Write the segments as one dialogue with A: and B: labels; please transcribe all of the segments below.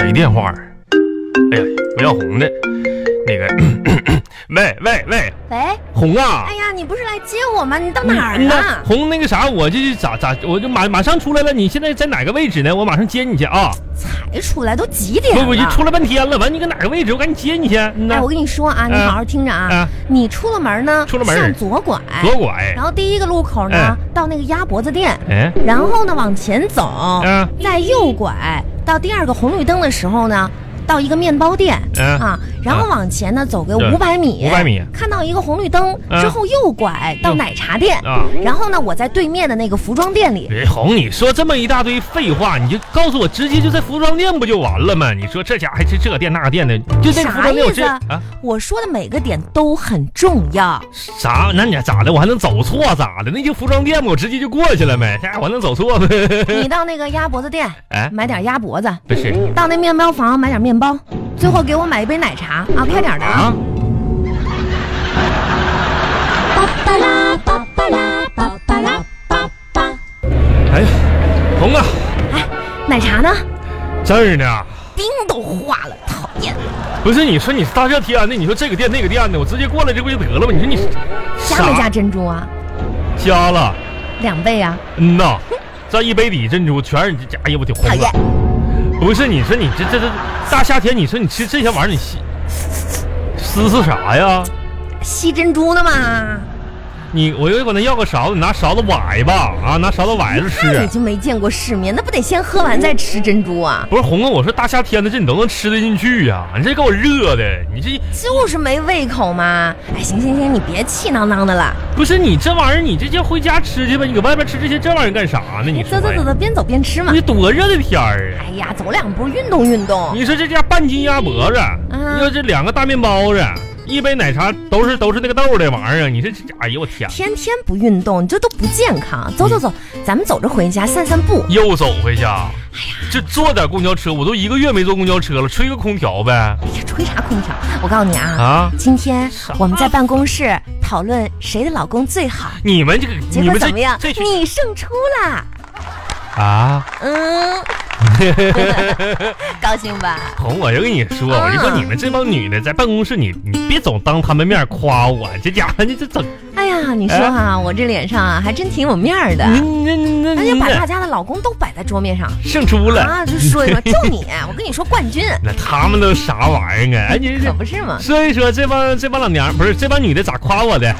A: 哎电话啊。哎呀，不要红的，那个， 喂喂喂，
B: 喂，
A: 红啊！
B: 哎呀，你不是来接我吗？你到哎哪儿啊
A: 嗯那
B: 了？
A: 红那个啥，我这咋咋，我就马马上出来了。你现在在哪个位置呢？我马上接你去啊！
B: 才出来，都几点
A: 不
B: 了？
A: 不，就出来半天了，完你搁哪个位置？我赶紧接你去。嗯
B: 哎，
A: 呐
B: 我，跟你说啊，你
A: 嗯
B: 好好听着啊
A: 嗯，
B: 你出了门呢，
A: 出了门
B: 向左拐，
A: 左拐
B: 然，后第一个路口呢
A: 嗯，
B: 到那个鸭脖子店，
A: 哎，
B: 然后呢往前走，
A: 啊
B: 再右拐到第二个红绿灯的时候呢，到一个面包店
A: 嗯
B: 啊，然后往前呢走个
A: 对
B: 五百米，
A: 500米
B: 看到一个红绿灯
A: 嗯
B: 之后右拐到奶茶店，
A: 啊！
B: 然后呢我在对面的那个服装店里。
A: 哎红，你说这么一大堆废话，你就告诉我直接就在服装店不就完了吗？你说这家伙还是这店那店的，就这个服装店我这
B: 啥意思
A: 啊
B: 我说的每个点都很重要，
A: 啥？那你咋的？我还能走错咋的？那就服装店嘛，我直接就过去了呗。 这家伙我能走错吗？
B: 你到那个鸭脖子店
A: 哎，
B: 买点鸭脖子，
A: 不是
B: 到那面包房买点面包，最后给我买一杯奶茶啊，快点的啊！
A: 啊，
C: 巴巴拉巴巴拉
A: 啊
C: 巴巴拉巴巴。
A: 哎呀，红啊，
B: 哎奶茶呢？
A: 这儿呢。
B: 冰都化了，讨厌！
A: 不是你说你大热天的，你说这个店那个店的，我直接过来这不就得了吗？你说你
B: 加没
A: 啥
B: 加珍珠啊？
A: 加了，
B: 两倍啊！
A: 嗯呐，这一杯底珍珠全是你这，哎呀我的红
B: 讨厌
A: 了。不是你说你这这这大夏天，你说你吃这些玩意儿，你吸思思啥呀？
B: 吸珍珠呢嘛？
A: 你我又管他要个勺子，你拿勺子崴吧啊，拿勺子崴着
B: 那你
A: 吃。
B: 就没见过世面，那不得先喝完再吃珍珠啊？
A: 不是红啊，我说大夏天的这你都能吃得进去呀、你这给我热的，你这
B: 就是没胃口嘛！哎，行行行，你别气囊囊的了，
A: 不是你这玩意儿，你这就回家吃去吧，你搁外边吃这些这玩意儿干啥呢？你说
B: 走走走
A: 呀
B: 走，边走边吃嘛
A: 你。多热的天儿啊！
B: 哎呀，走两步运动运动。
A: 你说这家半斤鸭脖子，
B: 嗯
A: 要这两个大面包子，一杯奶茶，都是都是那个豆的玩意儿。你这，哎呦我天，
B: 天天不运动，你这都不健康。走走走，咱们走着回家散散步。
A: 又走回去啊？这坐点公交车，我都一个月没坐公交车了，吹个空调呗
B: 哎呀，吹啥空调？我告诉你啊，
A: 啊！
B: 今天
A: 啥
B: 我们在办公室讨论谁的老公最好，
A: 你们这个，
B: 结
A: 你
B: 果
A: 们这
B: 怎么样？
A: 这群
B: 你胜出啦！
A: 啊，
B: 嗯，高兴吧？
A: 红，我就跟你说，
B: 啊
A: 我就说你们这帮女的在办公室，你你别总当她们面夸我，这家伙你这整，
B: 哎呀，你说哈、我这脸上啊还真挺有面儿的，
A: 你那那
B: 而且把大
A: 那
B: 家的老公都摆在桌面上
A: 胜出了，
B: 啊，就说一说，就你，我跟你说冠军，
A: 那他们都啥玩意儿啊？哎，你这
B: 可不是嘛？
A: 所以说这帮这帮老娘不是这帮女的咋夸我的？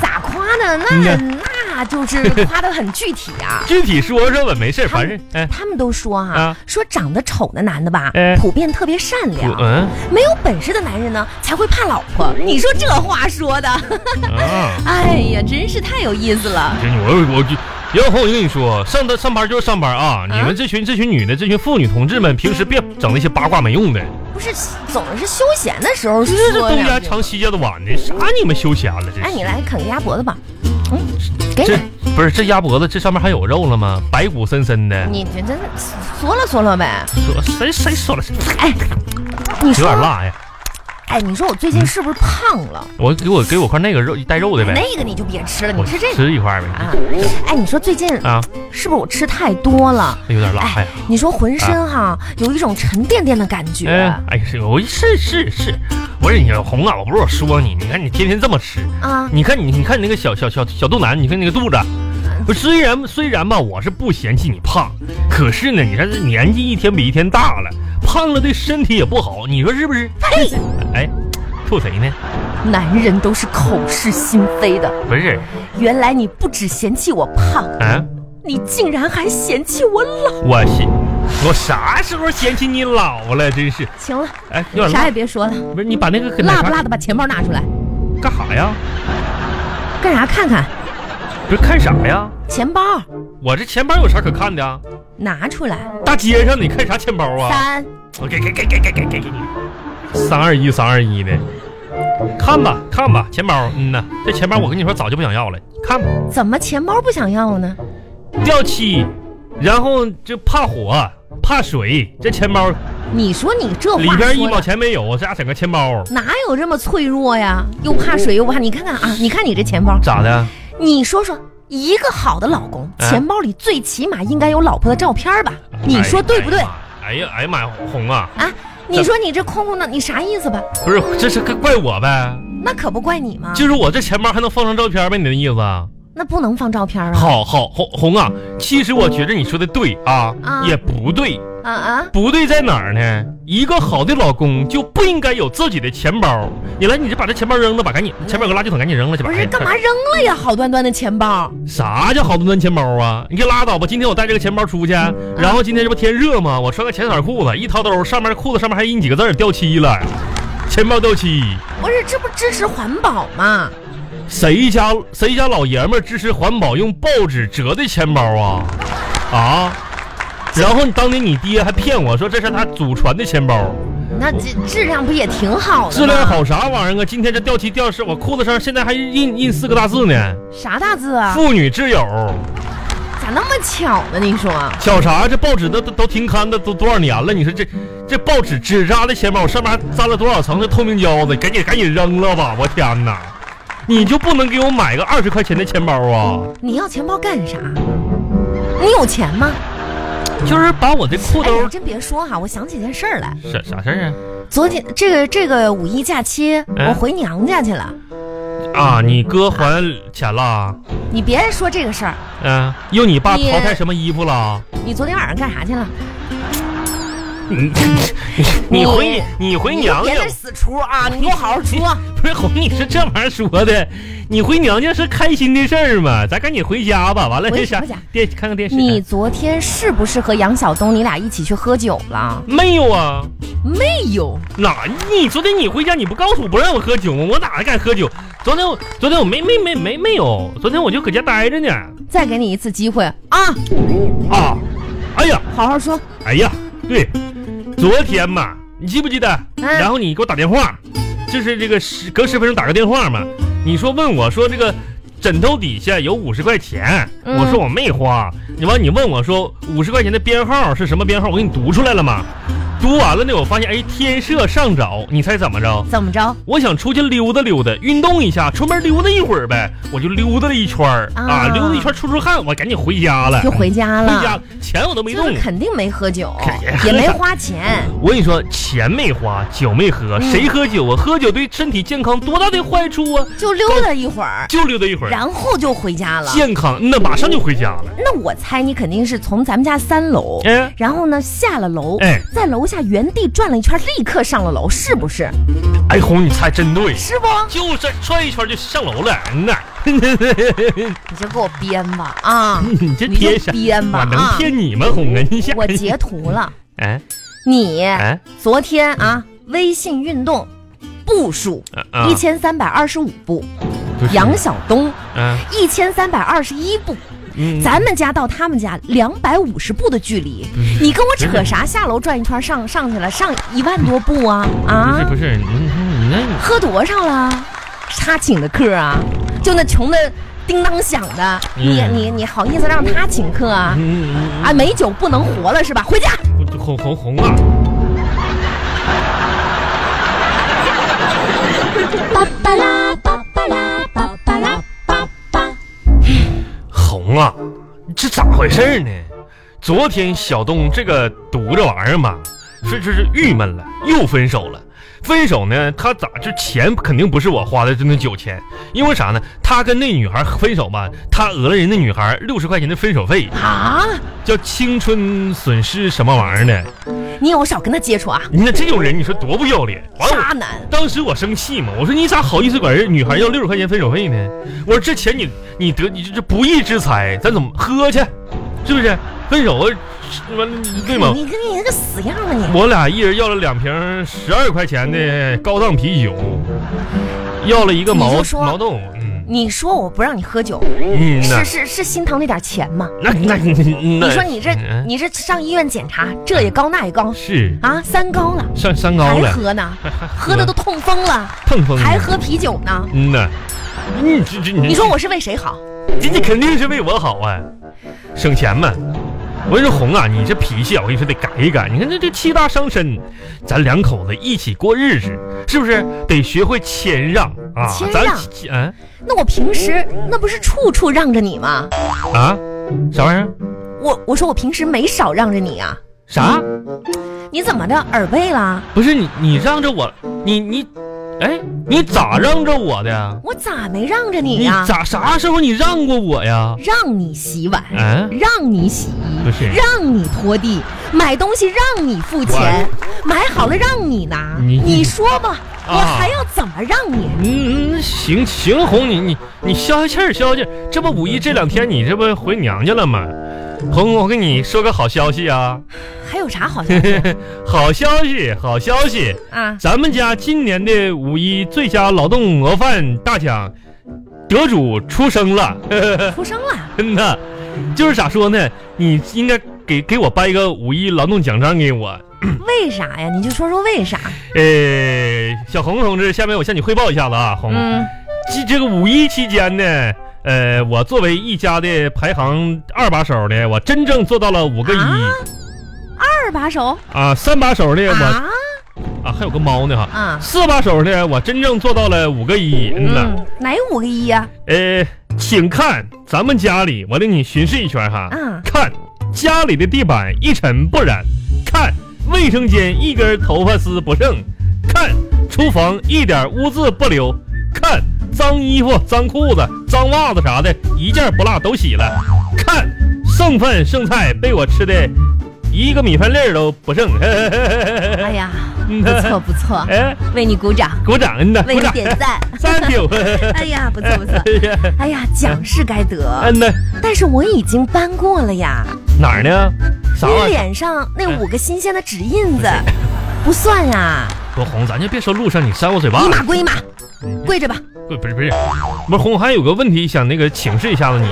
B: 咋夸呢？那
A: 嗯
B: 那就是夸的很具体 啊。
A: 具体说说吧，没事，
B: 他
A: 反
B: 们
A: 正哎，
B: 他们都说哈、
A: 啊
B: 说长得丑的男的吧，
A: 哎
B: 普遍特别善良，
A: 嗯
B: 没有本事的男人呢才会怕老婆。你说这话说的，
A: 啊，
B: 哎呀，真是太有意思了。
A: 这我我就。然后我就跟你说，上的上班就是上班啊！你们这群这群女的，这群妇女同志们，平时别整那些八卦没用的，
B: 不是，总是休闲的时候
A: 这
B: 说
A: 是东家
B: 两句
A: 长西家的晚的，啥你们休闲了这？
B: 哎，你来啃个鸭脖子吧，嗯，给
A: 这
B: 你，
A: 不是这鸭脖子，这上面还有肉了吗？白骨森森的，
B: 你这这嗦了嗦了呗。哎
A: 说谁谁说了，
B: 你
A: 有
B: 说
A: 点，辣呀！
B: 哎，你说我最近是不是胖了？
A: 我给我给我块那个肉带肉的呗，
B: 那个你就别吃了，你
A: 我
B: 吃这个
A: 吃一块呗，
B: 啊。哎，你说最近
A: 啊，
B: 是不是我吃太多了？哎
A: 有点辣呀。
B: 你说浑身哈、有一种沉甸甸的感觉，
A: 啊哎，哎是，我是是是，我说你红啊，我不是我说你，你看你天天这么吃，
B: 啊，
A: 你看你你看你那个小小小小肚腩，你看那个肚子，
B: 嗯
A: 不是虽然虽然吧，我是不嫌弃你胖，可是呢，你看这年纪一天比一天大了，胖了对身体也不好，你说是不是？
B: 呸！
A: 哎，吐谁呢？
B: 男人都是口是心非的。
A: 不是，
B: 原来你不只嫌弃我胖，
A: 啊，
B: 你竟然还嫌弃我老。
A: 我是我啥时候嫌弃你老了？真是，
B: 行了，
A: 哎，有点
B: 啥
A: 辣，
B: 也别说了，
A: 不是你把那个奶
B: 辣
A: 茶
B: 不辣的把钱包拿出来，
A: 干啥呀？
B: 干啥看看
A: 不是看啥呀？
B: 钱包
A: 我这钱包有啥可看的啊？
B: 拿出来，
A: 大街上你看啥钱包啊？
B: 三
A: 我给给给给给给给给你，三二一三二一的，看吧看吧，钱包，嗯呐，这钱包我跟你说早就不想要了，看吧，
B: 怎么钱包不想要呢？
A: 掉漆，然后就怕火怕水，这钱包
B: 你说你这话
A: 里边一
B: 说
A: 毛
B: 的。
A: 钱没有，这家整个钱包
B: 哪有这么脆弱呀？又怕水又怕……你看看啊，你看你这钱包，
A: 咋的？
B: 你说说，一个好的老公，
A: 哎
B: 钱包里最起码应该有老婆的照片吧？你说对不对
A: 哎呀？妈呀哎呀，哎呀妈呀，红啊，
B: 啊！你说你这空空的，你啥意思吧？
A: 不是，这是怪怪我呗？
B: 那可不怪你嘛，
A: 就是我这钱包还能放上照片呗？你的意思啊？
B: 那不能放照片啊！
A: 好好红红啊，其实我觉得你说的对啊，
B: 啊
A: 也不对，
B: 啊啊！
A: 不对在哪儿呢？一个好的老公就不应该有自己的钱包。你来，你就把这钱包扔了吧，赶紧，前面有个垃圾桶，赶紧扔了去吧。
B: 不
A: 哎
B: 是干嘛？扔了呀？好端端的钱包，
A: 啥叫好端端钱包啊？你可拉倒吧！今天我带这个钱包出去，
B: 啊
A: 然后今天这不天热吗？我穿个浅色裤子，一掏兜，上面裤子上面还印几个字儿，掉漆了，钱包掉漆。
B: 不是这不支持环保吗？
A: 谁家谁家老爷们儿支持环保，用报纸折的钱包啊啊！然后你当年你爹还骗我说这是他祖传的钱包，
B: 那这质量不也挺好的？
A: 质量，好啥玩意儿啊？今天这掉漆掉是我裤子上现在还印印四个大字呢，
B: 啥大字啊？
A: 妇女挚友。
B: 咋那么巧呢？你说
A: 小啥？这报纸都都都停刊的都多少年了？你说这这报纸纸扎的钱包上面还沾了多少层的透明胶子？赶紧赶紧扔了吧！我天哪，你就不能给我买个二十块钱的钱包啊？
B: 你要钱包干啥？你有钱吗？
A: 就是把我的裤
B: 哎，你
A: 兜
B: 还真别说哈，我想起件事儿来。
A: 啥啥事儿啊？
B: 昨天这个这个五一假期，
A: 嗯
B: 我回娘家去了。
A: 啊，你哥还钱了？
B: 你别说这个事儿，
A: 嗯、又你爸
B: 你
A: 淘汰什么衣服了？
B: 你昨天晚上干啥去了？
A: 你 你回你回娘
B: 别
A: 家
B: 在死出啊！你给我好 好说。
A: 不是红？你是这玩意儿说的？你回娘家是开心的事儿嘛？咱赶紧回家吧。完了
B: 回
A: 这
B: 什
A: 啥
B: 么家
A: 电看看电视。
B: 你昨天是不是和杨晓东你俩一起去喝酒了？
A: 没有啊？
B: 没有，
A: 哪？你昨天你回家你不告诉我不让我喝酒吗？我哪敢喝酒？昨天我昨天我没没没没没有，昨天我就搁家待着呢。
B: 再给你一次机会啊！
A: 啊，哎呀，
B: 好好说。
A: 哎呀，对，昨天嘛，你记不记得？
B: 哎
A: 然后你给我打电话，就是这个十隔十分钟打个电话嘛。你说问我说这个枕头底下有五十块钱，
B: 嗯
A: 我说我没花。你完你问我说五十块钱的编号是什么编号？我给你读出来了吗？读完了呢，我发现哎天色尚早，你猜怎么着？
B: 怎么着？
A: 我想出去溜达溜达，运动一下，出门溜达一会儿呗，我就溜达了一圈儿
B: 啊
A: 啊，溜达一圈儿出出汗，我赶紧回家了，
B: 就回家
A: 哎回
B: 了。
A: 家钱我都没
B: 就
A: 动哎
B: 是。肯定没 喝酒
A: 肯定，
B: 也没花钱。
A: 我跟你说，钱没花，酒没喝，
B: 嗯
A: 谁喝酒啊？喝酒对身体健康多大的坏处啊！
B: 就溜达一会儿，
A: 就溜达一会儿，
B: 然后就回家了。
A: 健康那马上就回家了。
B: 那我猜你肯定是从咱们家三楼，
A: 哎
B: 然后呢下了楼，
A: 哎
B: 在楼下原地转了一圈，立刻上了楼，是不是？
A: 哎，红，你猜真对，
B: 是不？
A: 就是转一圈就上楼了。嗯呐，
B: 你就给我编吧啊！
A: 你这天啥？
B: 你就编吧
A: 我能骗你吗，红啊？你下
B: 我截图了，
A: 哎
B: 你
A: 哎
B: 昨天啊微信运动步数
A: 啊啊
B: 一千三百二十五步，
A: 不是
B: 杨晓东
A: 啊
B: 一千三百二十一步，
A: 嗯
B: 咱们家到他们家两百五十步的距离，你跟我扯啥？下楼转一圈上上去了，上一万多步啊
A: 不是
B: 啊！
A: 不是你你那
B: 喝多少了？他请的客啊，就那穷的叮当响的，你
A: 嗯
B: 你你好意思让他请客啊？
A: 嗯
B: 啊，美酒不能活了是吧？回家。
A: 嗯红红红啊！
C: パッパラーパッパラーパッパラーパッパ
A: 红啊，这咋回事呢？昨天小东这个犊子玩意儿嘛，是这是郁闷了，又分手了。分手呢，他咋这钱肯定不是我花的这那酒钱，因为啥呢？他跟那女孩分手吧，他讹了人那女孩六十块钱的分手费，
B: 啊！
A: 叫青春损失什么玩意儿呢？
B: 你以后少跟他接触啊，
A: 你看这种人，你说多不要脸！完我
B: 渣男！
A: 当时我生气嘛，我说你咋好意思管人女孩要六十块钱分手费呢？我说这钱你你得你这这不义之财，咱怎么喝去？是不是？分手啊是完了对吗？
B: 哎
A: 嗯
B: 你跟你那个死样子你！
A: 我俩一人要了两瓶十二块钱的高档啤酒，要了一个
B: 你
A: 毛
B: 就说
A: 毛豆，嗯
B: 你说我不让你喝酒，
A: 嗯
B: 是
A: 呐，
B: 是是心疼那点钱吗？
A: 那那那那
B: 你说你这
A: 嗯
B: 你这上医院检查，这也高那也高
A: 是
B: 啊，三高了。
A: 上三高
B: 还
A: 了，
B: 喝 呢，喝的都痛风了，
A: 痛风了，
B: 还喝啤酒呢。
A: 嗯呐，嗯这这
B: 你说我是为谁好？
A: 这你肯定是为我好啊，省钱嘛。我跟你说，红啊，你这脾气啊，我跟你说得改一改。你看这这七大伤身，咱两口子一起过日子，是不是得学会谦让啊？
B: 谦
A: 咱
B: 让
A: 嗯
B: 那我平时那不是处处让着你吗？
A: 啊，啥玩意儿？
B: 我我说我平时没少让着你啊，
A: 啥？
B: 你怎么的耳背了？
A: 不是你你让着我，你你，哎，你咋让着我的呀？
B: 我咋没让着你
A: 你
B: 呀、
A: 咋啥时候你让过我呀？
B: 让你洗碗，
A: 嗯
B: 让你洗衣，
A: 不是
B: 让你拖地，买东西让你付钱，买好了让你拿。
A: 你啊
B: 说吧，我还要怎么让你？
A: 嗯，行行，红，你你你消消气儿，消消气儿。这不五一这两天你这不回娘家了吗？红，我跟你说个好消息啊，
B: 还有啥好消息
A: 好消息，好消息！
B: 啊？
A: 咱们家今年的五一最佳劳动模范大奖得主出生了，
B: 出生了，
A: 真的，就是咋说呢？你应该给给我颁一个五一劳动奖章给我。
B: 为啥呀？你就说说为啥？
A: 呃，小红同志，下面我向你汇报一下子啊，红。
B: 嗯，
A: 这这个五一期间呢，呃，我作为一家的排行二把手呢，我真正做到了五个一
B: 啊
A: 啊
B: 二把手
A: 三把手呢，我
B: 啊
A: 啊还有个猫呢哈，
B: 啊，
A: 四把手呢，我真正做到了五个一，嗯呐，
B: 嗯，哪五个一呀？
A: 呃，请看咱们家里，我领你巡视一圈哈，
B: 啊，
A: 看家里的地板一尘不染，看卫生间一根头发丝不剩，看厨房一点污渍不留，看脏衣服、脏裤子、脏袜子啥的，一件不落都洗了，看剩饭剩菜被我吃的一个米饭粒儿都不剩。
B: 哎
A: 哎
B: 呀，不错不 错，
A: 哎，
B: 为你鼓掌，
A: 鼓掌嗯呐，
B: 为
A: 鼓
B: 你
A: 掌
B: 点 赞。
A: ，thank you。
B: 哎呀，不错不 错，哎呀，奖是该得，
A: 嗯呐，
B: 但是我已经搬过了呀。
A: 哪儿呢？啥
B: 你
A: 玩意儿？
B: 脸上那五个新鲜的纸印子，
A: 嗯
B: 不算 呀！
A: 不红，咱就别说路上你扇我嘴巴
B: 一
A: 子
B: 码。归一码，
A: 嗯
B: 跪着吧。
A: 不不是不是，不是红还有个问题想那个请示一下子你，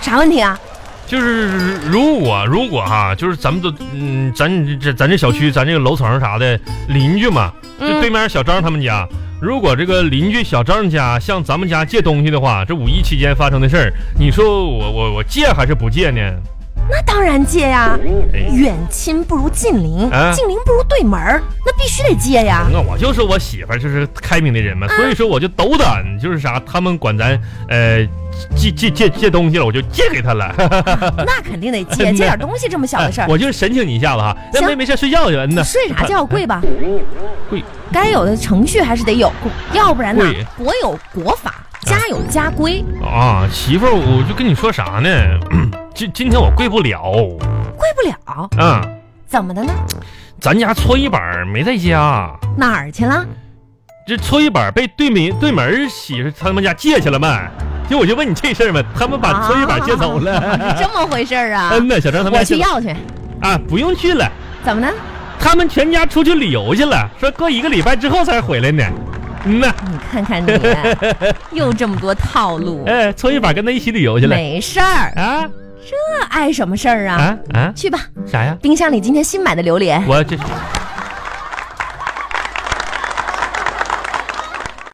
B: 啥问题啊？
A: 就是如果如果哈，就是咱们都嗯，咱这咱这小区咱这个楼层啥的邻居嘛，就对面小张他们家，如果这个邻居小张家向咱们家借东西的话，这五一期间发生的事儿，你说我我我借还是不借呢？
B: 那当然借呀，
A: 哎，
B: 远亲不如近邻，
A: 啊
B: 近邻不如对门儿，那必须得借 呀。
A: 那啊我就说我媳妇儿就是开明的人
B: 嗯
A: 嘛，所以说我就斗胆，就是啥，他们管咱呃借借借借东西了，我就借给他了。
B: 那肯定得借，借点东西这么小的事
A: 哎
B: 儿，
A: 我就是神请你一下子哈。那
B: 行
A: 没没事，睡觉去。嗯呐，
B: 睡啥觉？跪吧。
A: 跪。
B: 该有的程序还是得有，要不然呢
A: 跪？
B: 国有国法，家有家规，
A: 啊，媳妇儿，我就跟你说啥呢？ 今今天我跪不了
B: 跪不了，
A: 啊，
B: 怎么的呢？
A: 咱家搓衣板儿没在家，
B: 哪儿去了？
A: 这搓衣板儿被对门对门儿媳妇他们家借去了嘛。就我就问你这事儿嘛，他们把搓衣板借走
B: 啊
A: 了。
B: 这么回事儿啊？
A: 嗯呐，小张他们
B: 我
A: 家借
B: 去
A: 走
B: 要去，
A: 啊，不用去了，
B: 怎么呢？
A: 他们全家出去旅游去了，说过一个礼拜之后才回来呢。嗯呐，
B: 你看看你，啊 又这么多套路。
A: 哎，搓衣板跟他一起旅游去了。
B: 哦没事儿，
A: 啊
B: 这碍什么事儿啊？
A: 啊啊，
B: 去吧，
A: 啥呀？
B: 冰箱里今天新买的榴莲，
A: 我这